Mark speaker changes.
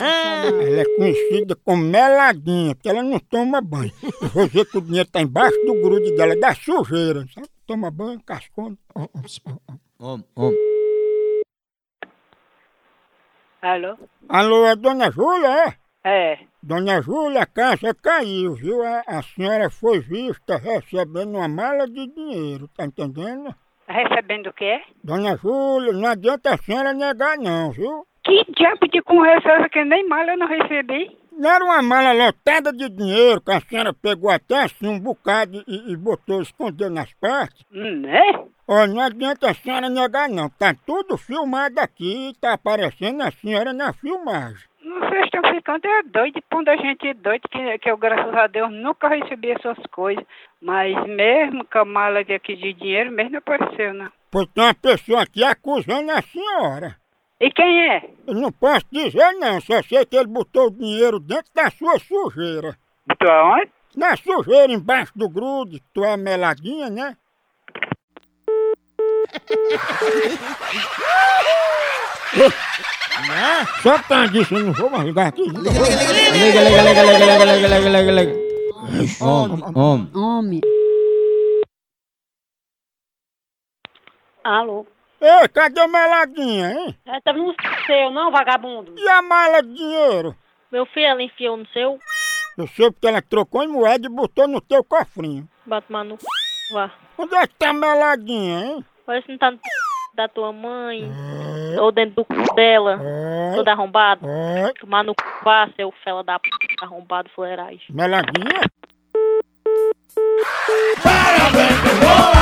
Speaker 1: Ela é conhecida como meladinha, porque ela não toma banho. E você que o dinheiro tá embaixo do grude dela, da sujeira, sabe? Toma banho, cascona. Ó, ó, ó, ó.
Speaker 2: Homem, homem.
Speaker 3: Alô?
Speaker 1: Alô, é Dona Júlia, é?
Speaker 3: É.
Speaker 1: Dona Júlia, a casa caiu, viu? A, a senhora foi vista recebendo uma mala de dinheiro, tá entendendo?
Speaker 3: Recebendo o quê?
Speaker 1: Dona Júlia, não adianta a senhora negar não, viu?
Speaker 3: Que diabo de conversa é essa que nem mal eu não recebi?
Speaker 1: Não era uma mala lotada de dinheiro que a senhora pegou até assim um bocado e, e botou, escondeu nas partes?
Speaker 3: Né?
Speaker 1: Ó, não adianta a senhora negar não, tá tudo filmado aqui, tá aparecendo a senhora na filmagem.
Speaker 3: Vocês estão ficando é doido, pondo a gente é doido, que, que eu, graças a Deus, nunca recebi essas coisas. Mas mesmo com a mala de aqui de dinheiro, mesmo não apareceu, né? não.
Speaker 1: Pois tem uma pessoa aqui acusando a senhora.
Speaker 3: E quem é?
Speaker 1: Eu não posso dizer não, só sei que ele botou o dinheiro dentro da sua sujeira.
Speaker 3: Botou aonde?
Speaker 1: Na sujeira, embaixo do grude, tu é meladinha, né? Né? Só tá disso, eu não vou mais ligar aqui.
Speaker 2: Liga, liga, liga, liga, liga, liga, liga, liga, liga. Homem, homem.
Speaker 4: Homem.
Speaker 5: Alô?
Speaker 1: Ei, cadê a meladinha, hein?
Speaker 5: É, tava no seu, não, vagabundo?
Speaker 1: E a mala de dinheiro?
Speaker 5: Meu filho, ela enfiou no seu.
Speaker 1: Eu sei porque ela trocou em moeda e botou no teu cofrinho.
Speaker 5: Batman no c... Vá.
Speaker 1: Onde é que tá a meladinha, hein?
Speaker 5: Olha se não tá no c... da tua mãe. Ou dentro do c... dela.
Speaker 1: Ó,
Speaker 5: Todo arrombado.
Speaker 1: ó,
Speaker 5: Tomar no c... Vá, seu fela da p... Arrombado, fuleirais.
Speaker 1: meladinha?
Speaker 6: Parabéns, boa!